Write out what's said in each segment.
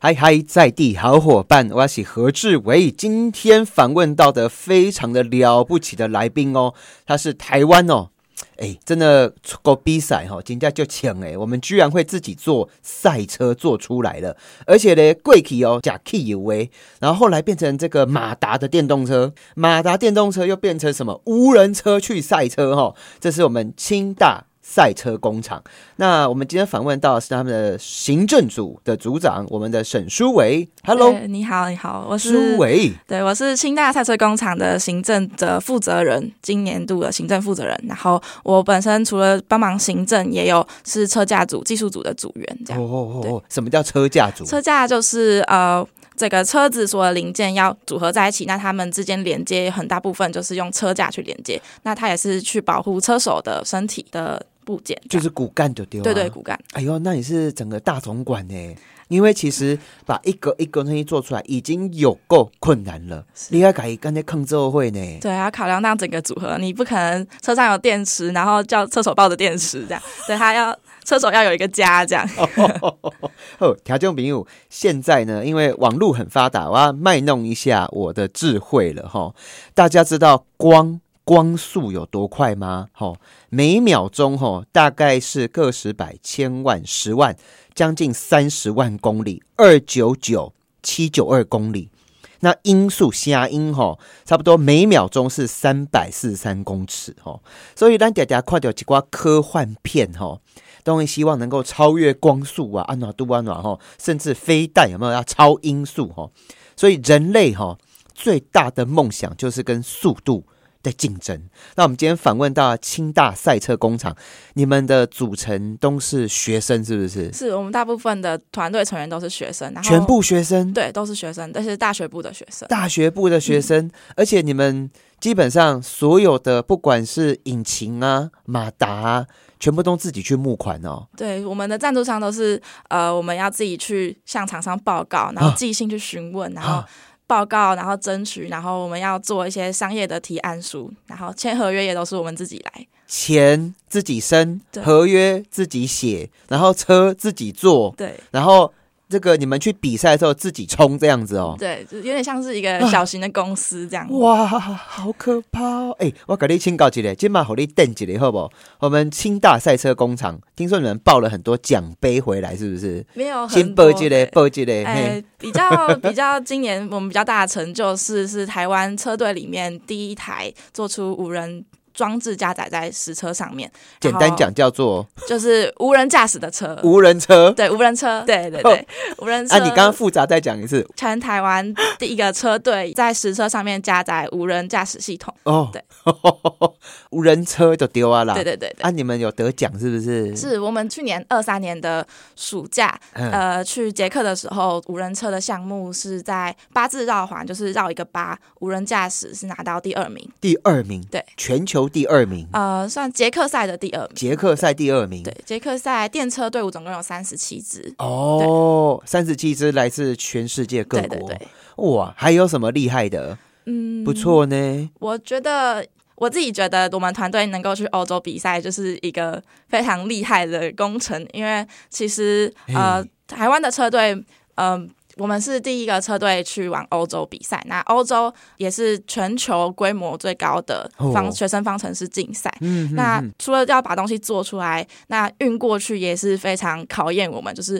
嗨嗨，在地好伙伴，我是何志伟。今天访问到的非常的了不起的来宾哦，他是台湾哦，哎，真的出国比赛哈、哦，人家就抢哎，我们居然会自己做赛车做出来了，而且呢，贵气哦，假 K 以为，然后后来变成这个马达的电动车，马达电动车又变成什么无人车去赛车哈、哦，这是我们清大。赛车工厂。那我们今天访问到的是他们的行政组的组长，我们的沈书维。Hello，对哎你好，你好，我是书维。对，我是清大赛车工厂的行政的负责人，今年度的行政负责人。然后我本身除了帮忙行政，也有是车架组、技术组的组员。这哦样，哦哦对哦，什么叫车架组？车架就是呃。这个车子所有零件要组合在一起，那它们之间连接很大部分就是用车架去连接，那它也是去保护车手的身体的部件，这就样是骨干就丢、啊。对对骨干。哎呦，那你是整个大总管呢？因为其实把一个一个东西做出来已经有够困难了，你要改干脆抗后会呢。对，要考量到整个组合，你不可能车上有电池，然后叫车手抱着电池这样，对他要车手要有一个家这样，哦，条件朋友，现在呢，因为网络很发达，我要卖弄一下我的智慧了哈。大家知道光光速有多快吗？哈，每秒钟哈大概是个十百千万十万，将近三十万公里，二九九七九二公里。那音速下音吼，差不多每秒钟是三百四十三公尺吼，所以咱嗲嗲看到一寡科幻片吼，当然希望能够超越光速啊，安暖度安暖哈，甚至飞弹有没有要超音速哈？所以人类哈最大的梦想就是跟速度在竞争。那我们今天访问到清大赛车工厂，你们的组成都是学生是不是？是我们大部分的团队成员都是学生，然后全部学生，对都是学生，但是大学部的学生，大学部的学嗯生，而且你们基本上所有的不管是引擎啊、马达啊，全部都自己去募款哦。对我们的赞助商都是呃，我们要自己去向厂商报告，然后啊寄信去询问，然后啊。报告，然后争取，然后我们要做一些商业的提案书，然后签合约也都是我们自己来。钱自己生，对合约自己写，然后车自己坐，对然后这个你们去比赛的时候自己冲这样子哦。啊对，就有点像是一个小型的公司这样。哇，好可怕哦！哎、我给你请教一个，今晚给你等一个好不好？我们清大赛车工厂，听说你们报了很多奖杯回来，是不是？没有先哦很报多。一个，报一个，嘿、哎，比 较比较，今年我们比较大的成就是是台湾车队里面第一台做出无人装置加载在实车上面，简单讲叫做就是无人驾驶 的车，无人车。对无人车，对对对，无人呃车。哦啊，你刚刚复杂再讲一次全台湾第一个车队在实车上面加载无人驾驶系统，哦。对， 无人车就丢啊啦。对对对对。啊，你们有得奖是不是？。是我们去年二三年的暑假，嗯呃，去捷克的时候，无人车的项目是在八字绕环，就是绕一个八，无人驾驶是拿到第二名，第二名，对，全球第二名，呃，算捷克赛的第二名。捷克赛第二名，对，捷克赛电车队伍总共有三十七支。哦，三十七支来自全世界各对国，对对，哇，还有什么厉害的？嗯，不。错呢，我觉得我自己觉得，我们团队能够去欧洲比赛，就是一个非常厉害的工程，因为其实哎呃嘿，台湾的车队，嗯、我们是第一个车队去往欧洲比赛，那欧洲也是全球规模最高的方、哦学生方程式竞赛。嗯，那嗯嗯除了要把东西做出来，那运过去也是非常考验我们，就是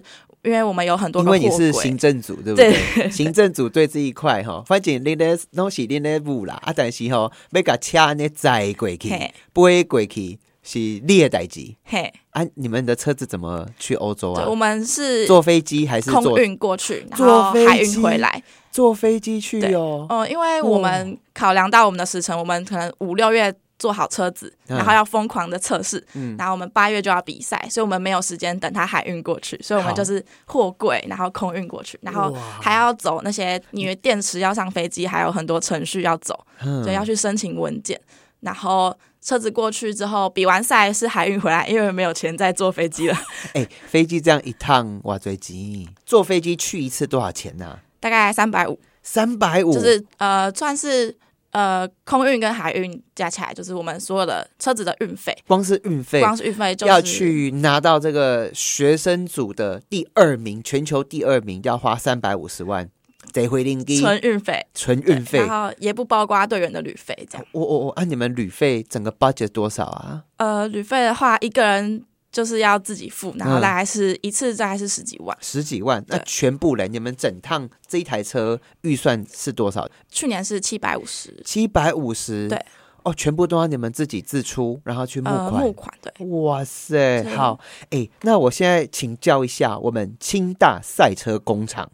因为我们有很多因个货为柜，你是行政组，对不对 对？行政组对这一块哈，反正恁咧拢是恁咧务啦，啊，但是吼要甲车安尼载过去、嘿飞过去是你的代志。嘿，啊，你们的车子怎么去欧洲对我啊？们是坐飞机还是空坐运过去，然坐后飞海机运回来。坐飞机去哦？哦、因为我们考量到我们的时程，我们可能五六月做好车子，嗯然后要疯狂的测试，嗯然后我们八月就要比赛，所以我们没有时间等它海运过去，所以我们好就是货柜，然后空运过去，然后哇还要走那些，因为电池要上飞机，还有很多程序要走，嗯所以要去申请文件，然后。车子过去之后，比完赛是海运回来，因为没有钱再坐飞机了，哎、飞机这样一趟哇，最急。坐飞机去一次多少钱呐、啊？大概三百五，三百五，就是呃，算是呃，空运跟海运加起来，就是我们所有的车子的运费，光是运费光是运费就是要去拿到这个学生组的第二名，全球第二名要花三百五十万，得回零给纯运费，纯运费哦对。然后也不包括队员的旅费，这样。我我我，按、啊你们旅费整个 budget 多少啊？呃，旅费的话，一个人就是要自己付，然后嗯大概是、一次大概是十几万。十几万，那对全部人，你们整趟这一台车预算是多少？去年是七百五十，七百五十。对。哦，全部都要你们自己自出，然后去募呃，款。募款对。哇塞，所以好，哎、那我现在请教一下，我们清大赛车工厂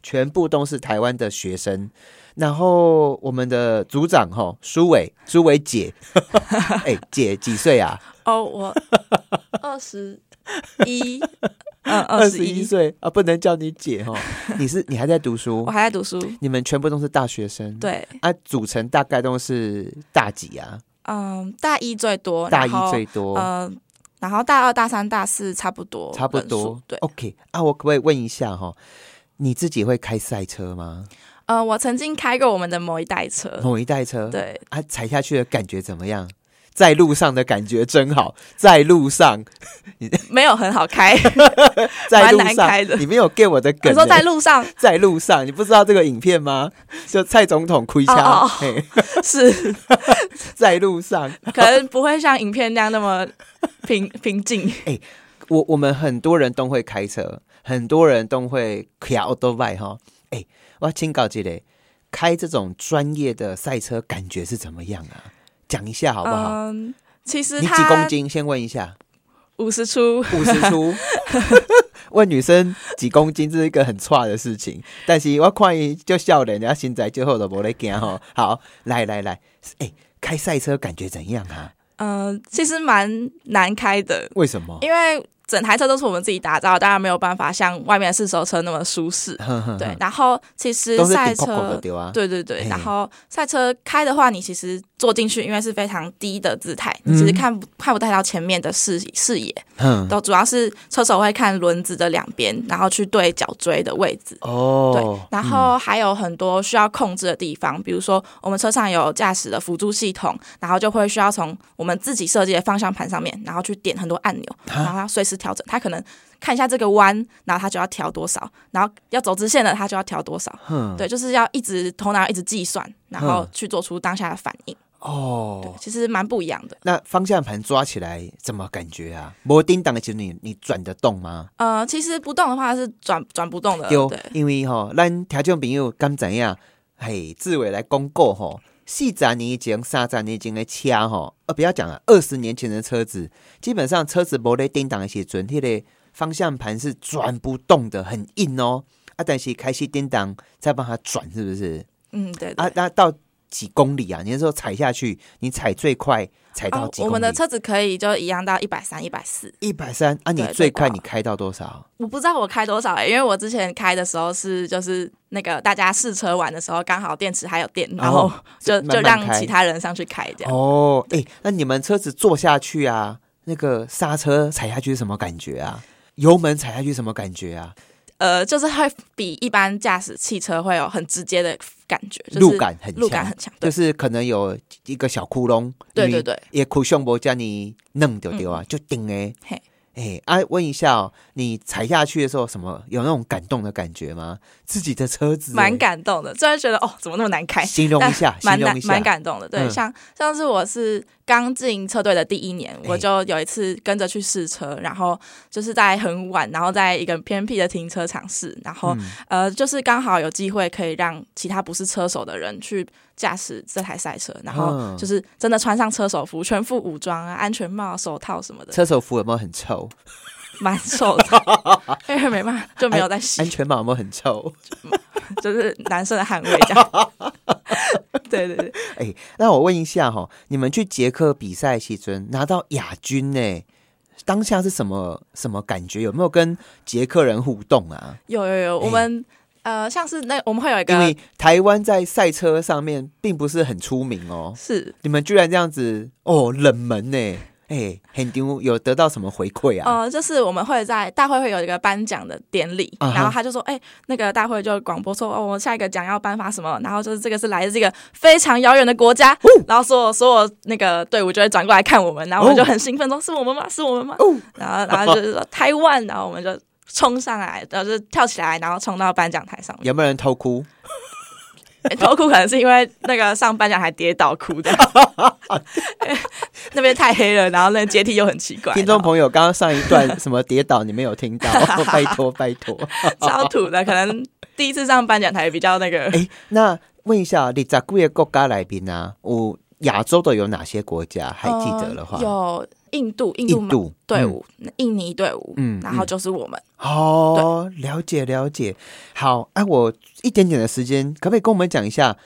全部都是台湾的学生，然后我们的组长哈，苏伟，苏伟姐， 哎、姐几岁啊？哦， 我二十一， 嗯， 二二十十一一，岁啊，不能叫你姐哈，你是你还在读书 我，还在读书。你们全部都是大学生，，对，啊，组成大概都是大几啊？嗯，大一最多，大然后一最多，呃，然后大二、大三、大四差不多，差不多，对， OK，啊，我可不可以问一下哈，你自己会开赛车吗？呃，我曾经开过我们的某一代车，某一代车，。呃对， 啊，踩下去的感觉怎么样？在路上的感觉真好，在路上，没有很好开。 在路蛮难开的上，你没有 get 我的梗、欸。你说在路上在路上，你不知道这个影片吗？就蔡总 统亏哦哦枪，哦嘿，是 在路上，可能不会像影片那样那么平 平静，我我们很多人都会开车，很多人都会开 o t o b i 哈。哎、我要请搞这嘞，开这种专业的赛车感觉是怎么样啊？讲一下好不好？嗯，其实你几公它斤？先问一下。五十出，五十 出，问女生几公斤，这是一个很差的事情。但是我看伊就笑脸，人家身材就好的无咧惊吼。好，来来来，哎、开赛车感觉怎样啊？嗯，其实蛮难开的，为什么？因为整台车都是我们自己打造，当然没有办法像外面的四手车那么舒适。对，然后其实都是赛顶 p 的车。对啊。对对对嘿，然后赛车开的话，你其实坐进去，因为是非常低的姿态，你其实嗯看不看不太到前面的视视野，嗯，都主要是车手会看轮子的两边，然后去对脚锥的位置。哦嗯对，，然后还有很多需要控制的地方，比如说我们车上有驾驶的辅助系统，然后就会需要从我们自己设计的方向盘上面，然后去点很多按钮，然后要随时调整。他可能看一下这个弯，然后他就要调多少，然后要走直线的他就要调多少，嗯，对，就是要一直头脑要一直计算，然后去做出当下的反应。对哦，其实蛮不一样的。那方向盘抓起来怎么感觉啊？摩叮当的时候你你转得动吗？呃，其实不动的话是转转不动的，对呃对，因为吼、咱听众朋友敢知影，嘿，志伟来公告吼、四十年前、三十年前的车吼、呃，不要讲了，二十年前的车子，基本上车子无咧叮当的时阵，迄、个方向盘是转不动的，很硬哦。啊，但是开始叮当再帮它转，是不是？嗯，对对啊，那到几公里啊？你那时候踩下去，你踩最快踩到哦，几公里？我们的车子可以就一样到一百三、一百四。一百三啊，你对最最快高你开到多少？我不知道我开多少、欸，因为我之前开的时候是就是那个大家试车玩的时候，刚好电池还有电，然后就哦慢慢就开让其他人上去开这样。哦，哎、那你们车子坐下去啊，那个刹车踩下去是什么感觉啊？油门踩下去什么感觉啊？呃，就是会比一般驾驶汽车会有很直接的感觉，就是路感很强，路感很强。就对是可能有一个小窟窿，对对，对，也苦胸不将你弄丢丢啊，就顶哎、嘿哎、啊，问一下哦，你踩下去的时候，什么有那种感动的感觉吗？自己的车子、蛮，感动的。虽然觉得哦，怎么那么难开，形容一下，形 蛮容难一下，蛮感动的。对，嗯像像是我是刚进车队的第一年，哎我就有一次跟着去试车，然后就是在很晚，然后在一个偏僻的停车场试，然后、嗯呃，就是刚好有机会可以让其他不是车手的人去驾驶这台赛车，然后嗯就是真的穿上车手服，全副武装啊，安全帽、手套什么的，车手服有没有很臭？蛮瘦的， 因为没办法就没有在洗安，全帽有没有很臭？就是男生的汗味这样。 对对对，哎、那我问一下哈、你们去捷克比赛期间拿到亚军呢、当下是什么什么感觉？有没有跟捷克人互动啊？有有有，哎我们。呃，像是那我们会有一因个为台湾在赛车上面并不是很出名哦，是你们居然这样子哦，冷门呢、哎、哎，很丢，有得到什么回馈啊？呃，就是我们会在大会会有一个颁奖的典礼啊哈然后他就说，哎、那个大会就广播说，哦，我们下一个奖要颁发什么，然后就是这个是来自一个非常遥远的国家，哦然后所有所有那个队伍就会转过来看我们，然后我们就很兴奋说，是我们吗？是我们吗？哦然后然后就是说台湾，然后我们就冲上来，然后就跳起来，然后冲到颁奖台上面。有没有人偷哭？欸头哭可能是因为那个上颁奖台跌倒哭 的，那边太黑了，然后那个阶梯又很奇怪，听众朋友，刚刚上一段什么跌倒，你没有听到？拜托拜托。然后超土的，可能第一次上颁奖台比较那个。哎，那问一下，你在贵的国家来宾啊，我亚洲的有哪些国家？还记得的话，呃有印度，印印度度队伍，印尼队伍，嗯然后就是我们。哦，了解了解。好，哎、我一点点的时间，可不可以跟我们讲一下，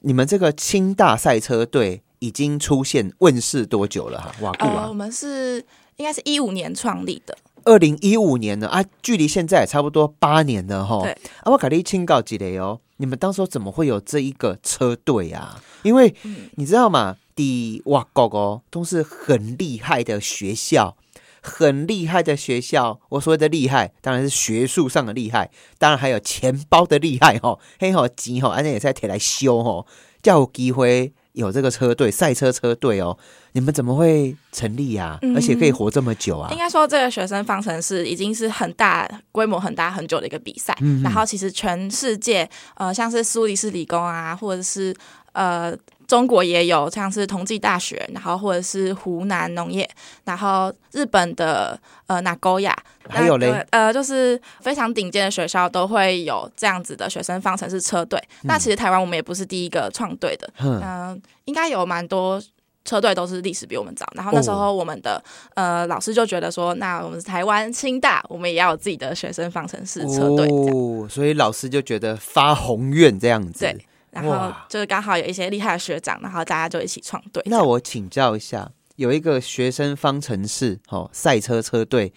你们这个清大赛车队已经出现问世多久了哈、哇固呃，我啊，们是应该是一五年创立的，二零一五年了啊，距离现在也差不多八年了哈。对啊，我给你清告几雷哦，你们当时候怎么会有这一个车队啊？因为嗯你知道吗？第哇狗哦，都是很厉害的学校。很厉害的学校，我所谓的厉害，当然是学术上的厉害，当然还有钱包的厉害吼，嘿吼急吼，安那也是在铁来修吼，叫有机会有这个车队赛车车队哦，你们怎么会成立呀、嗯而且可以活这么久啊应？该说这个学生方程式已经是很大规模、很大很久的一个比赛。嗯然后其实全世界，呃，像是苏黎世理工啊，或者是呃。中国也有，像是同济大学，然后或者是湖南农业，然后日本的呃哪沟雅，还有嘞那个呃就是非常顶尖的学校都会有这样子的学生方程式车队。那其实台湾我们也不是第一个创队的，哼，嗯，应该有蛮多车队都是历史比我们早。然后那时哦候我们的、呃老师就觉得说，那我们是台湾清大，我们也要有自己的学生方程式车队。这样哦，所以老师就觉得发宏愿这样子。对然后哇就是刚好有一些厉害的学长，然后大家就一起创队。那我请教一下，有一个学生方程式哦，赛车车队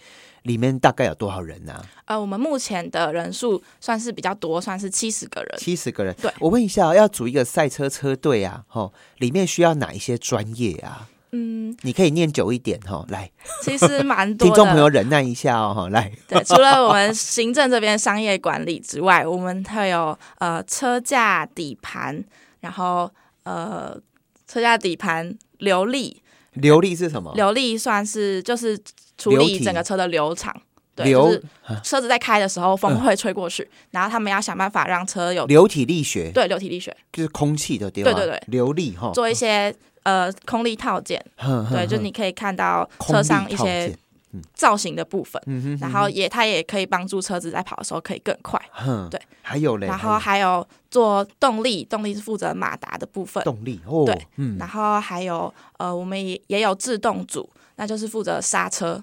里面大概有多少人啊？呃，我们目前的人数算是比较多，算是七十个人。七十个人。对我问一下，哦要组一个赛车车队啊，哦，里面需要哪一些专业啊？嗯，你可以念久一点哦，来，其实蛮 多听的。众朋友忍耐一下哦，哈， 来，对，除了我们行政这边商业管理之外，我们还有呃车架底盘，然后呃车架底盘流力，流利是什么？流力算是就是处哦流理体整个车的流场。对，流啊嗯就是车子在开的时候，风会吹过去，然后他们要想办法让车有流体力学对流体力学，就是空气的对吧？对对对流力哈，做一些呃空力套件，哼对，哼就你可以看到嗯空车力上一套些件造型的部分，嗯哼，然后也它也可以帮助车子在跑的时候可以更快。哼，对，还有嘞，然还后有还有做动力，动力是负责马达的部分，动力哦，对，嗯，然后还有呃，我们也也有制动组，那就是负责刹车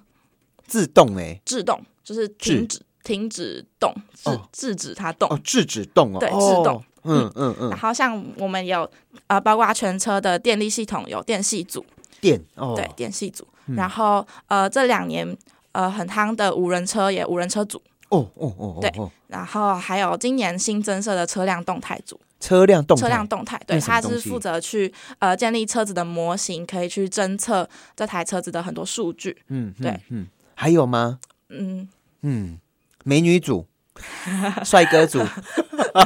自动哎、制动，就是停止停止动，制、哦制止它动。哦，制止动哦，对哦制动，嗯嗯嗯然，后像我们也有呃，包括全车的电力系统有电系组，电哦，对电系组，然后呃这两年呃很夯的无人车也无人车组，哦哦哦哦，对哦，然后还有今年新增设的车辆动态组。车辆动态，车辆动态，那对，是什么它东西是负责去呃建立车子的模型，可以去侦测这台车子的很多数据。嗯，嗯对，嗯，还有吗？嗯， 嗯，美女 组、帅哥组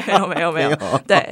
没有没有没有，对，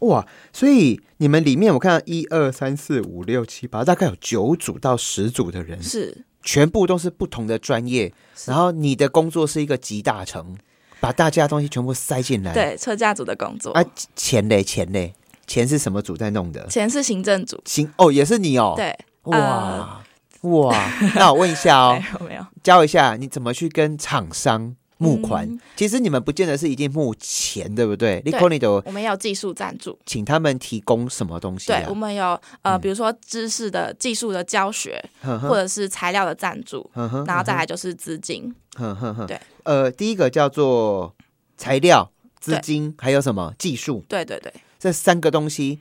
哇，所以你们里面我看一二三四五六七八，大概有九组到十组的人，是全部都是不同的专业，然后你的工作是一个集大成，把大家的东西全部塞进来。，对车架组的工作啊，，钱嘞，钱嘞，钱是什么组在弄的？前是行政组，行哦，也是你哦，对，呃哇哇，那我问一下 哦没，有没有，教一下你怎么去跟厂商募款。嗯其实你们不见得是一定募钱，对不对？你对可能都我们也有技术赞助，请他们提供什么东西、啊？对我们有呃比如说知识的技术的教学，哼或哼者是材料的赞助，哼嗯哼然后再来就是资金，哼哼哼，对，呃，第一个叫做材料、资对金，还有什么技术？对对对，这三个东西，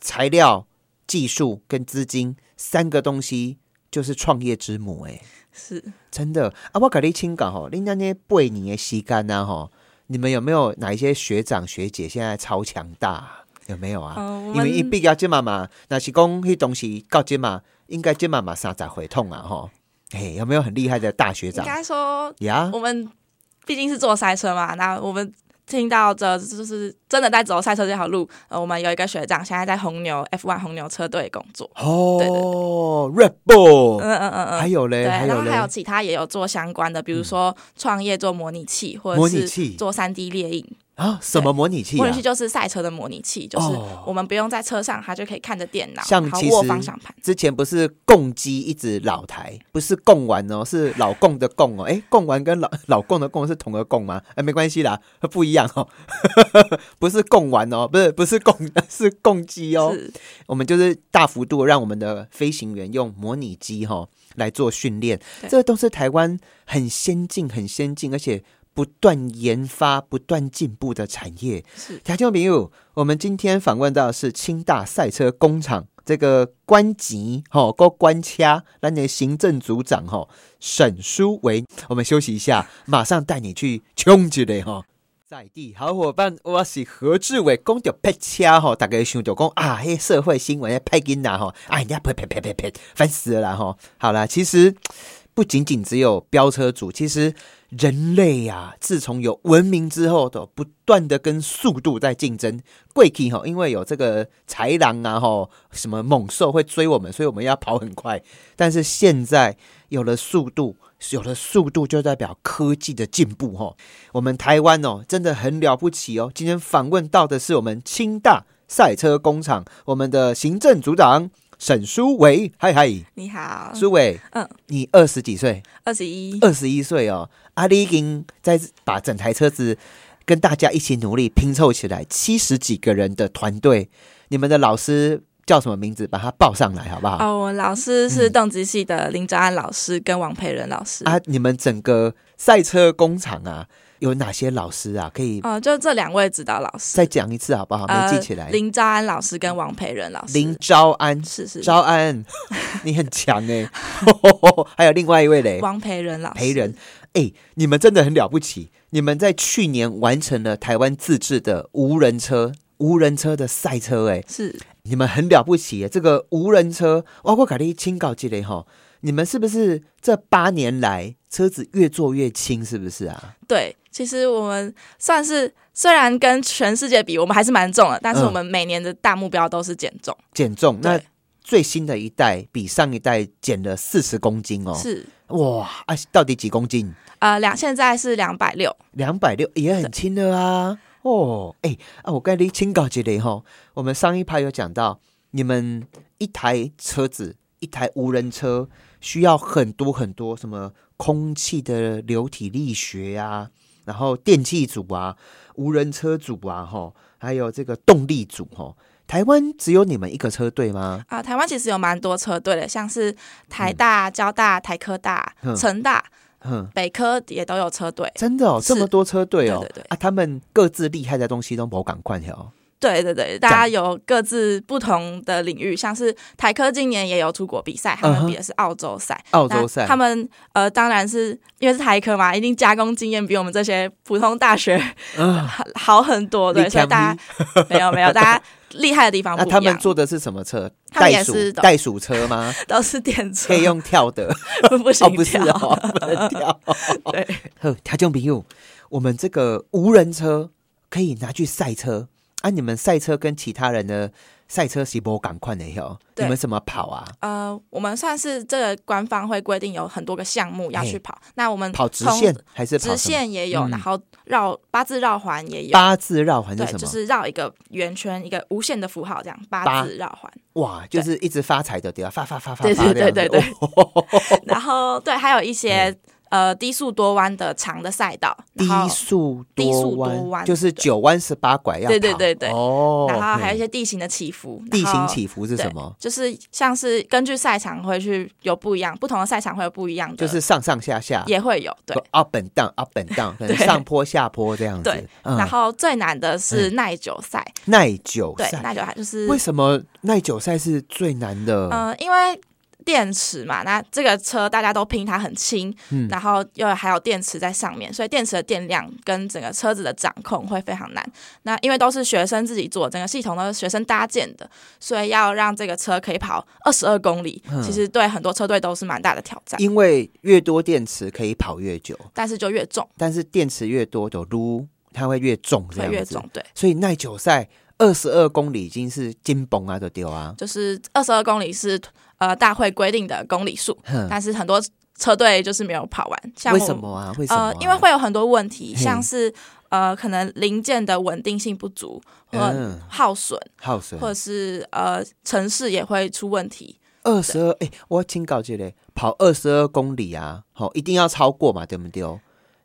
材料、技术跟资金三个东西就是创业之母、哎。是。真的啊，我跟你请讲吼，你那些八年的时间啊吼，你们有没有哪一些学长学姐现在超强大啊、有没有啊？嗯我因为们一毕业即嘛嘛，若是讲迄东西到即嘛，应该肩膀马上咋回痛啊哈。哎，有没有很厉害的大学应长该说呀？我们毕竟是坐赛车嘛，那我们听到这就是真的在走赛车这条路。呃，我们有一个学长现在在红牛 F1 红牛车队工作。对对哦，Red Bull，嗯嗯嗯还嗯。有对，嘞，还然有后还有嘞，其他也有做相关的，比如说创业做模拟器，或模者拟是器做三 D 列印。啊，什么模拟器模啊拟器？就是赛车的模拟器，就是哦我们不用在车上，它就可以看着电脑，像然后其握实方向盘。之前不是共机一直老台，不是共玩哦，是老共的共哦。哎，共玩跟老 老共的共是同个共吗？哎，没关系啦，不一样哦， 不是共玩哦，不是不是共 是共机哦。是，我们就是大幅度让我们的飞行员用模拟机哈、哦来做训练，对这都是台湾很先进、很先进，而且不断研发、不断进步的产业。是条件朋友，我们今天访问到的是清大赛车工厂这个官级吼，够官掐，咱的行政组长吼、沈书维。我们休息一下，马上带你去冲一下吼。在地好伙伴，我是何志伟。讲到拍车吼，大家想到讲啊，迄社会新闻咧拍囡仔吼，啊，人家拍拍拍拍拍，烦死了啦吼。好啦，其实不仅仅只有飙车族，其实人类呀、自从有文明之后，都不断的跟速度在竞争。贵体吼，因为有这个豺狼啊吼，什么猛兽会追我们，所以我们要跑很快。但是现在有了速度，有了速度就代表科技的进步吼。我们台湾哦，真的很了不起哦。今天访问到的是我们清大赛车工厂，我们的行政组长沈书伟，嗨嗨，你好，书伟，嗯，你二十几岁？二十一，二十一岁哦，阿里已经在把整台车子跟大家一起努力拼凑起来，七十几个人的团队，你们的老师叫什么名字？把他报上来好不好？哦，我老师嗯是动机系的林哲安老师跟王培仁老师。啊，你们整个赛车工厂啊，有哪些老师啊？可以哦，就这两位指导老师再，讲一次好不好？没记起来。呃、林兆安老师跟王培仁老师。林昭安，是是昭安， 你很强哎、 还有另外一位嘞，王培仁老师。陪人，哎、你们真的很了不起！你们在去年完成了台湾自制的无人车、无人车的赛车、哎，是你们很了不起耶！这个无人车，哇，我搞了一清搞积累哈，你们是不是这八年来车子越做越轻？是不是啊？对，其实我们算是虽然跟全世界比，我们还是蛮重的，但是嗯我们每年的大目标都是减重。减重，那对，最新的一代比上一代减了四十公斤哦，是哇，啊，到底几公斤？呃两现在是两百六，两百六也很轻了啊。哦，哎、啊，我跟你请教一类吼，我们上一趴有讲到，你们一台车子，一台无人车，需要很多很多什么空气的流体力学啊，然后电气组啊，无人车组啊，吼，还有这个动力组吼。台湾只有你们一个车队吗？啊、台湾其实有蛮多车队的，像是台大、交大、台科大嗯、成大、哼，北科也都有车队。真的哦，是这么多车队哦，对对对啊，他们各自厉害的东西都没赶快哦。对对对，大样家有各自不同的领域，像是台科今年也有出国比赛，嗯他们哼比的是澳洲赛。澳洲赛那，他们呃，当然是因为是台科嘛，一定加工经验比我们这些普通大学啊好好很多，对，你所以强大家没有没有，大家厉害的地方那、不他一们样，坐的是什么车？他们也袋鼠是的袋鼠车 吗？都是电车可，以用跳的不哦，行不是跳，哦，不能 跳。对，呵，条件朋友，我们这个无人车可以拿去赛车啊！你们赛车跟其他人的赛车是不赶快的哟，对你们怎么跑啊？呃，我们算是这个官方会规定有很多个项目要去跑，那我们跑直嗯从线还是跑直什么？线也有，嗯然后绕八字绕环也有。八字绕环是对什，么？就是绕一个圆圈，一个无限的符号，这样八八字绕环。哇，就是一直发财的，对吧？发发发发发，对对对对这样子哦然后对，还有一些、呃低速多弯的长的赛道，然后嗯低速低速多多弯弯就是对九弯十八拐要对对跑对对哦，然后还有嗯一些地形的起伏，地然形后起伏是对什么？就是像是根据赛场会去有不一样，不同的赛场会有不一样的，就是啊上上下下，也会有对。 up and down up and down，可能对上坡下坡这样子。对嗯、然后最难的是耐久赛，耐久对，哦赛，耐久赛就是为什么耐久赛是最难的？呃，因为电池嘛，那这个车大家都拼它很轻，嗯然后又还有电池在上面，所以电池的电量跟整个车子的掌控会非常难。那因为都是学生自己做，整个系统都是学生搭建的，所以要让这个车可以跑二十二公里，嗯其实对很多车队都是蛮大的挑战。因为越多电池可以跑越久，但是就越重，但是电池越多的撸它会越重，这会样子。越重，对。所以耐久赛二十二公里已经是金崩啊的丢啊，就是二十二公里是呃大会规定的公里数，哼，但是很多车队就是没有跑完。像嗯我为什么啊？为什么啊、呃，因为会有很多问题，嘿像是呃可能零件的稳定性不足，或嗯，耗损，耗损或者是呃城市也会出问题。二十二，哎，我请搞这嘞，跑二十二公里啊，好、一定要超过嘛，对不对？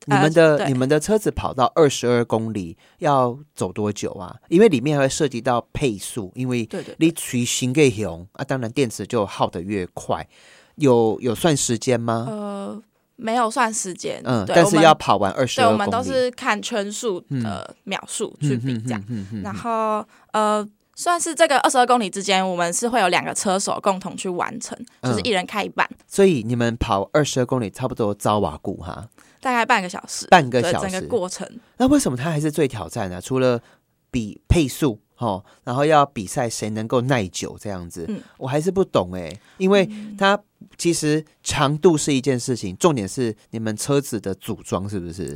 你们的、呃对你们的车子跑到二十二公里要走多久啊？因为里面还会涉及到配速，因为对对你骑行给熊啊，当然电池就耗得越快。有有算时间吗？呃，没有算时间，嗯，对，但我是们要跑完二十对，二我公里。嗯们都是看圈数的秒数去比这样。然后呃，算是这个二十二公里之间，我们是会有两个车手共同去完成，就是嗯一人开一半，所以你们跑二十二公里差不多招瓦固哈，大概半个小时。半个对小整时个。过程，那为什么它还是最挑战呢、除了比配速哦，然后要比赛谁能够耐久这样子，嗯我还是不懂哎、因为它其实长度是一件事情，重点是你们车子的组装是不是？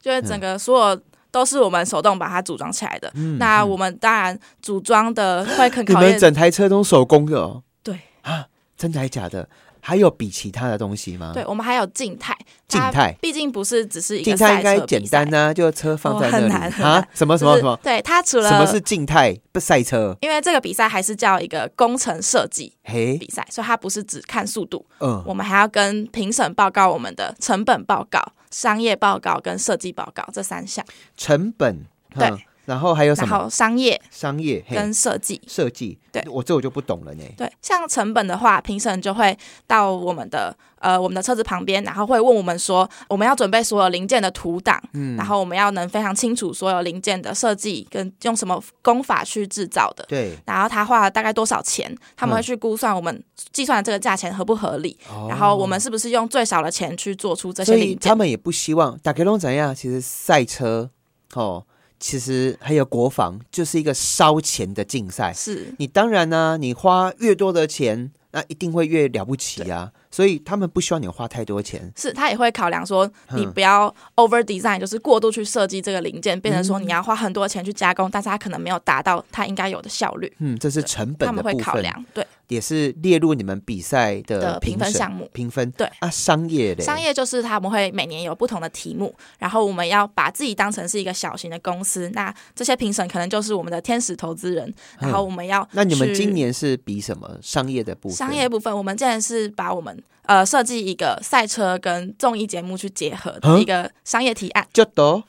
就是嗯整个所有。都是我们手动把它组装起来的。那我们当然组装的会很嗯你考验们整台车都手工的、哦？对啊，真的还假的？还有比其他的东西吗？对，，我们还有静态，静它态毕竟不是只是一静个态赛应该车简比赛单，呐、就车放在哦那里、很难很啊难，什么什么就是什么，对，它除了什么是静态不赛车？因为这个比赛还是叫一个工程设计嘿，比赛，所以它不是只看速度，嗯，我们还要跟评审报告我们的成本报告、商业报告跟设计报告这三项，成本对嗯然后还有什然么后商业商业嘿跟设计。设计？对我这我就不懂了呢。对，像成本的话，评审就会到我们的呃我们的车子旁边，然后会问我们说，我们要准备所有零件的图档，嗯然后我们要能非常清楚所有零件的设计跟用什么工法去制造的。对，然后他花了大概多少钱？他们嗯会去估算我们计算的这个价钱合不合理，哦然后我们是不是用最少的钱去做出这些所以零他件？们也不希望打开龙怎样？其实赛车哦，其实还有国防就是一个烧钱的竞赛。是你当然呢、你花越多的钱，那一定会越了不起啊。所以他们不希望你花太多钱。是，他也会考量说，你嗯不要 over design，就是过度去设计这个零件，变成嗯说你要花很多钱去加工，但是它可能没有达到它应该有的效率。嗯，这是成他本的们会部考分，量对也是列入你们比赛的的评分审项目。评分对啊，商业嘞，商业就是他们会每年有不同的题目，然后我们要把自己当成是一个小型的公司。那这些评审可能就是我们的天使投资人，然后我们要嗯那你们去今年是比什么商业的部分？商业部分，我们竟然是把我们呃设计一个赛车跟综艺节目去结合的嗯一个商业提案。就都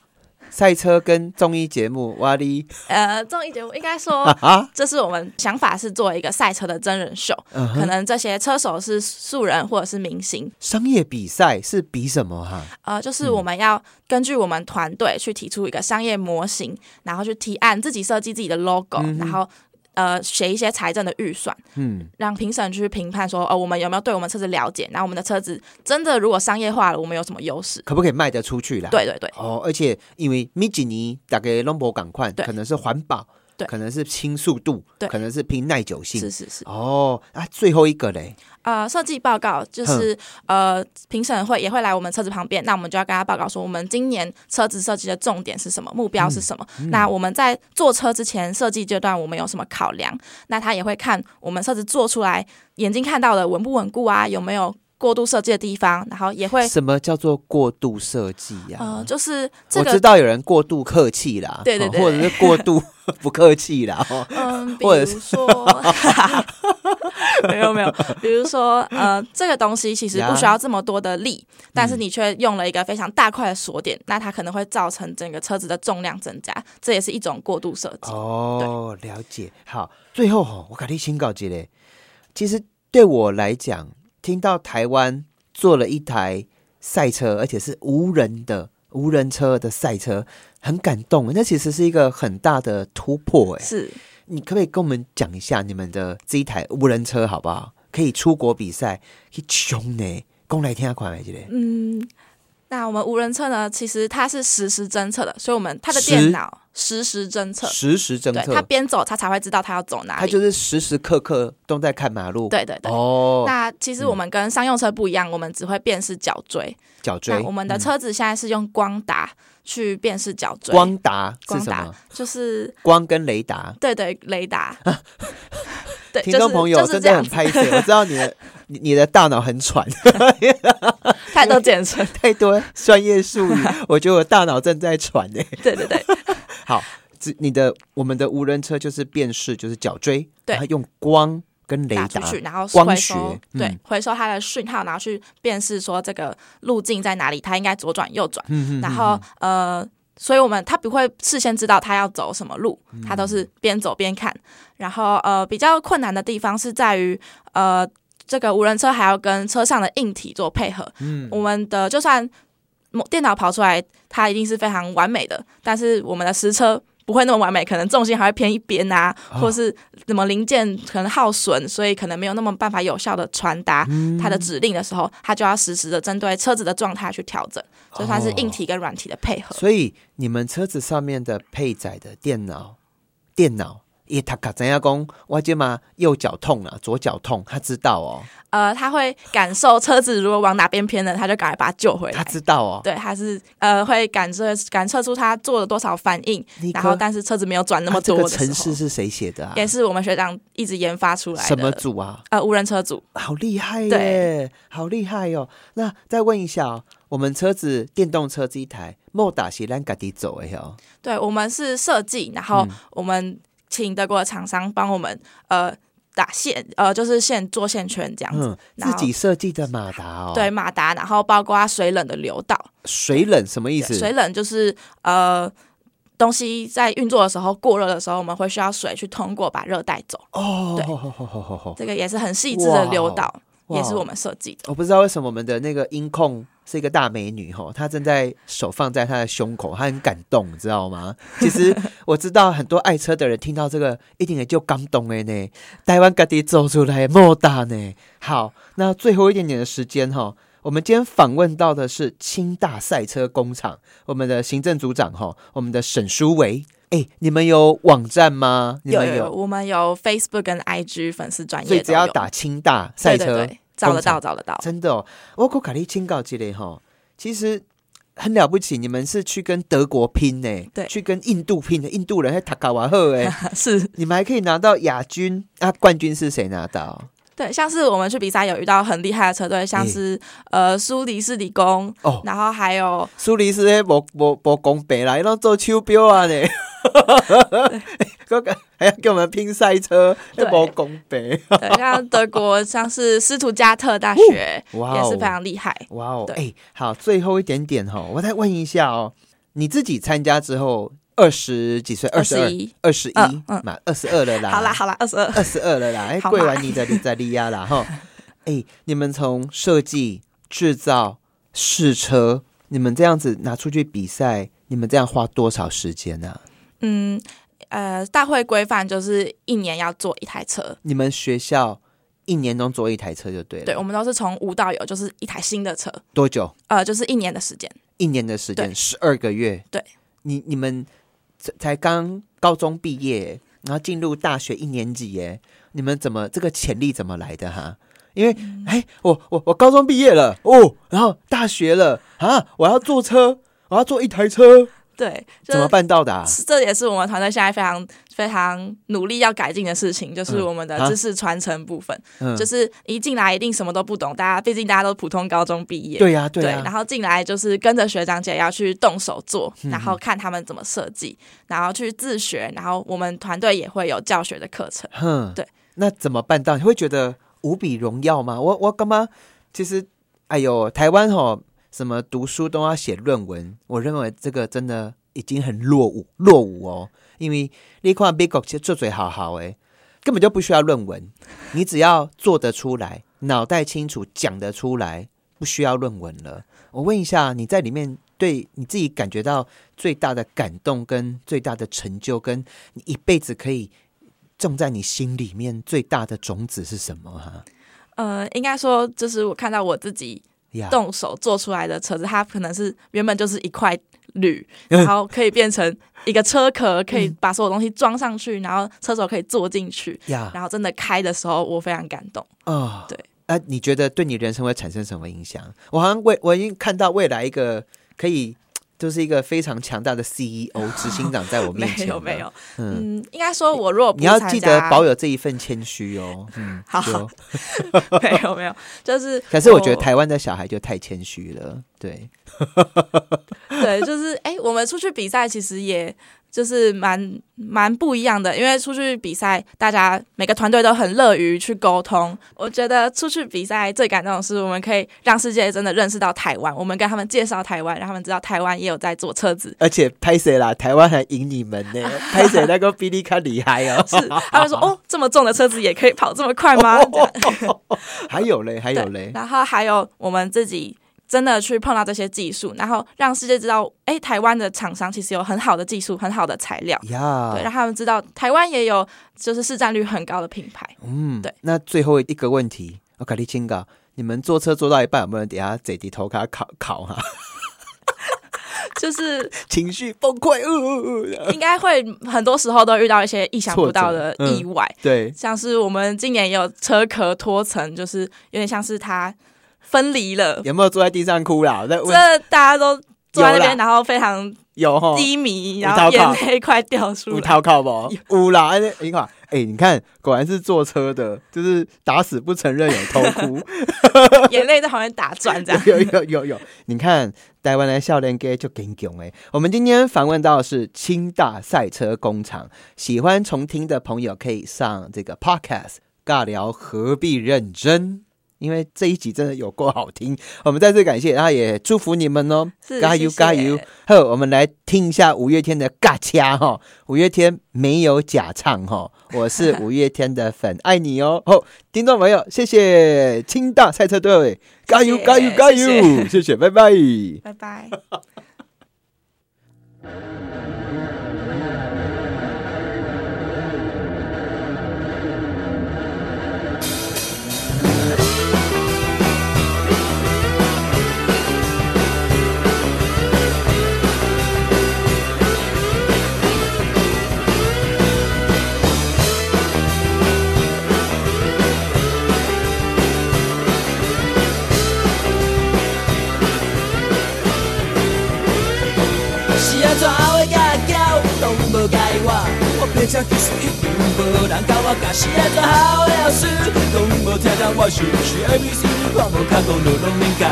赛车跟综艺节目哇哩呃，综艺节目应该说啊哈，这是我们想法是做一个赛车的真人秀，嗯可哼，能这些车手是素人或者是明星，商业比赛是比什么哈、呃，就是嗯我们要根据我们团队去提出一个商业模型，然后去提案自己设计自己的 logo，、然后。呃，写一些财政的预算，嗯，让评审去评判说，哦，我们有没有对我们车子了解？然后我们的车子真的如果商业化了，我们有什么优势？可不可以卖得出去啦？。对对对，哦，而且因为米吉尼大概龙博赶快，对可能是环保，对可能是拼速度，对可能是拼耐久性是。是是。哦，啊，最后一个嘞，呃，设计报告就是呃，评审会也会来我们车子旁边，那我们就要跟他报告说，我们今年车子设计的重点是什么，目标是什么。那我们在做车之前，设计阶段我们有什么考量？那他也会看我们车子做出来，眼睛看到的稳不稳固啊，有没有过度设计的地方，然后也会什么叫做过度设计呀、呃，就是这啊我知个道有人过度客气啦，对对哦对或者是过度 不客气啦，哦，嗯，比或者如说， 没有没有，比如说，呃，这个东西其实不需要这么多的力，但嗯是你却用了一个非常大块的锁点，那它可能会造成整个车子的重量增加，这也是一种过度设计。哦，了解。好，最后吼，我给你请教一嘞。其实对我来讲，听到台湾做了一台赛车，而且是无人的无人车的赛车，很感动。那其实是一个很大的突破哎。是，你可不可以跟我们讲一下你们的这一台无人车好不好？可以出国比赛，去穷呢，讲来听下看这个。嗯，那我们无人车呢，其实它是实时侦测的，所以我们它的电脑实时侦测，实时侦对，它测，边走它才会知道它要走哪他里。就是时时刻刻都在看马路。对对对。哦，那其实我们跟商用车不一样，我们只会辨识脚锥。脚那锥，我们的车子现在是用光达去辨识脚锥。光达是光什达么？就是光跟雷达。对对 雷达。对，听众朋友呃就是、就真是这的样很子，拍摄，我知道你 的你你的大脑很喘， 太多简称。太多专业 术语，我觉得我大脑正在喘呢。对对对，只你的我们的无人车就是辨识就是脚锥，对然后用光跟雷打出达去，然后光回学收，嗯对，回收它的讯号，然后去辨识说这个路径在哪里，它应该左转右转，嗯然后呃。所以我们它不会事先知道它要走什么路，它都是边走边看。然后呃，比较困难的地方是在于呃，这个无人车还要跟车上的硬体做配合。嗯，我们的就算某电脑跑出来，它一定是非常完美的，但是我们的实车不会那么完美，可能重心还会偏一边啊，或是什么零件可能耗损，所以可能没有那么办法有效的传达它的指令的时候，它就要实时的针对车子的状态去调整，就算是硬体跟软体的配合。所以你们车子上面的配载的电脑，电脑也他卡怎样讲？我今嘛右脚痛了、左脚痛，他知道哦，呃，它会感受车子如果往哪边偏了，它就赶快把它救回他来。知道哦。对，它是呃会感测感测出它做了多少反应，你然可后但是车子没有转那么啊这多个的时候，城市是谁写的啊？也是我们学长一直研发出来的。什么组啊？呃，无人车组，好厉害耶对！好厉害哦。那再问一下哦，我们车子电动车这一台，莫打是咱家己走的哦。对我们是设计，然嗯后我们请德国的厂商帮我们呃打线，呃就是线做线圈这样子，嗯，然自后己设计的马达哦。对，马达，然后包括水冷的流道，水冷什么意对思？水冷就是呃东西在运作的时候过热的时候，我们会需要水去通过把热带走，哦，对吼吼吼吼吼吼这个也是很细致的流道，哇哦也是我们设计的。我不知道为什么我们的那个音控是一个大美女哈，她正在手放在她的胸口，她很感动，你知道吗？其实 我知道很多爱车的人听到这个，一定也就感动了呢。台湾各地走出来莫大呢。好，那最后一点点的时间哈。我们今天访问到的是清大赛车工厂，我们的行政组长哈，我们的沈书维。哎，你们有网站吗？你有们有有，我们有 Facebook 跟 IG 粉丝专业都所以有，只要打清大赛车，对对对找得工厂到，找得到。 真的哦，我可卡利清告之类哈，其实很了不起，你们是去跟德国拼呢，对去跟印度拼的，印度人还塔卡瓦赫 哎，是你们还可以拿到亚军啊，冠军是谁拿到？对，像是我们去比赛有遇到很厉害的车队，像是、呃苏黎世理工，哦然后 还有苏黎世迄无无无公平啦，伊拢做手表啊呢。还要 还要跟我们拼赛车，对无公平！对，像德国像是斯图加特大学、哇也哦是非常厉害。哇哦，对哎、好，最后一点点哈、我再问一下哦，你自己参加之后二十几岁，二十二， 21二十一嗯嗯嘛，二十二了啦，好啦好啦，二十二，二十二了啦， 哎，好嘛贵完你的你在利亚啦哈， 哎，你们从设计、制造、试车，你们这样子拿出去比赛，你们这样花多少时间啊呢、嗯呃，大会规范就是一年要做一台车。你们学校一年能做一台车就对了，对，我们都是从无到有，就是一台新的车，多久？呃，就是一年的时间。一年的时间，对十二个月。对，你你们才才刚高中毕业，然后进入大学一年级耶，你们怎么这个潜力怎么来的哈？因为嗯哎、我我我高中毕业了哦，然后大学了啊，我要坐车，我要坐一台车，对，就怎是么办到的、啊？这也是我们团队现在非常非常努力要改进的事情，就是嗯我们的啊知识传承部分。嗯，就是一进来一定什么都不懂，大家毕竟大家都普通高中毕业，对呀、对啊呀、然后进来就是跟着学长姐要去动手做，嗯然后看他们怎么设计，然后去自学，然后我们团队也会有教学的课程。哼，对，那怎么办到？你会觉得无比荣耀吗？我我干嘛？其实，哎呦，台湾吼、什么读书都要写论文，我认为这个真的已经很落伍落伍哦。因为你看美国其实做最好好诶，根本就不需要论文，你只要做得出来，脑袋清楚，讲得出来，不需要论文了。我问一下，你在里面对你自己感觉到最大的感动跟最大的成就，跟你一辈子可以种在你心里面最大的种子是什么哈、啊呃，应该说就是我看到我自己呀，动手做出来的车子，它可能是原本就是一块 铝，嗯然后可以变成一个车壳，可以把所有东西装上去，然后车手可以坐进去。呀然后真的开的时候，我非常感动。啊，对。啊，你觉得对你人生会产生什么影响？我好像未我已经看到未来一个可以，就是一个非常强大的 CEO 执行长在我没面前。有没有，，嗯，嗯，应该说我如果不你要参记得加 保有这一份谦虚哦。嗯，好就没有没有，就是可是我觉得台湾的小孩就太谦虚了。对，对，就是哎、我们出去比赛其实也就是蛮蛮不一样的，因为出去比赛，大家每个团队都很乐于去沟通。我觉得出去比赛最感动的是，我们可以让世界真的认识到台湾，我们跟他们介绍台湾，让他们知道台湾也有在做车子。而且拍谁啦？台湾还赢你们呢？ 拍谁那个比利卡厉害哦？是，他们说哦，这么重的车子也可以跑这么快吗？这样还有嘞，还有对嘞，然后还有我们自己真的去碰到这些技术，然后让世界知道，哎，台湾的厂商其实有很好的技术、很好的材料，对，呀，让他们知道台湾也有就是市占率很高的 品牌。嗯，对。那最后一个问题，我卡利清高，你们坐车坐到一半，有没有人等下贼低头卡 考考哈？就是情绪崩溃，呜呜呜！应该会很多时候都遇到一些意想不到的挫折嗯意外， 对，像是我们今年也有车壳脱层，就是有点像是它分离了，有没有坐在地上哭啦？我在问，这大家都坐在那有啦边，然后非常有哈，低迷，有然逃后跑眼泪快掉出有来。套靠不？ 有啦，哎你看，哎，你看，果然是坐车的，就是打死不承认有偷哭，眼泪在旁边打转，这样 有有有有，你看台湾的笑脸哥就更囧哎。我们今天访问到的是清大赛车工厂，喜欢重听的朋友可以上这个 podcast 尬聊，何必认真？因为这一集真的有够好听，我们再次感谢，然后也祝福你们哦。是加油加油！！好，我们来听一下五月天的《尬掐》哈。五月天没有假唱哈，我是五月天的粉，爱你 哦。好，听众朋友，谢谢清大赛车队，加油谢谢加油加谢油！谢谢，拜拜。拜拜。是安怎后尾甲娇拢无解我，我变成技术已经无人教我，甲是安怎好老师拢无听到我想学 A B C，我无看讲就拢免教。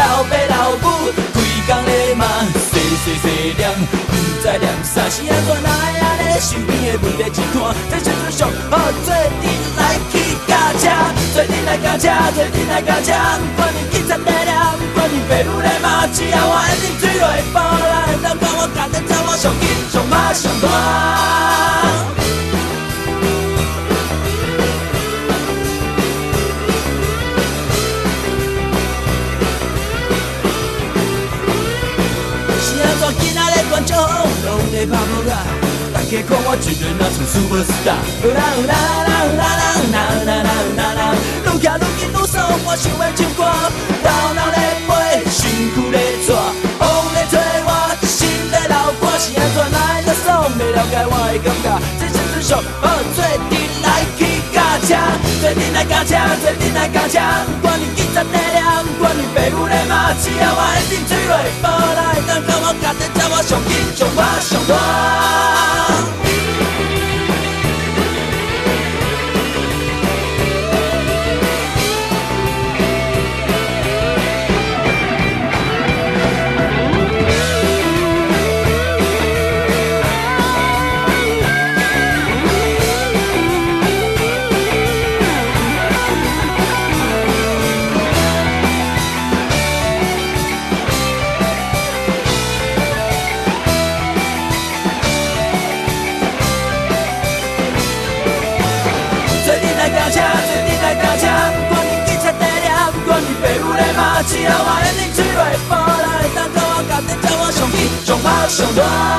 老爸老母规工咧骂，细细细念，不知念啥是安怎哪会安尼？身边的问题一摊，这时阵上好做阵来去驾车，做阵来驾车，做阵来驾车，不管你警察来了，不管你爸母来骂，只要我一定水落会包啦。人讲我家己走，我上紧上马上大。是安怎今仔日观众拢在拍扑克，大家看我一人啊像 super star。有啦有啦啦有啦啦有啦有啦啦有啦啦，愈行愈近愈爽，我想要唱歌，头脑咧飞，身躯咧拽，风咧吹我，心在流汗。是安怎来的爽，袂了解我的感觉，这是最上好做阵来去驾车，做阵来驾车，做阵来驾车，不管你警察在了，不管你爸母咧骂，只要啊我一定水落无来，当到我家己走，我上紧上我上我。做你来驾车，做你来驾车，不管你警察在了，不管你爸母来骂，只要我一定水落无来，当作我家己走，我上紧上歹上乱。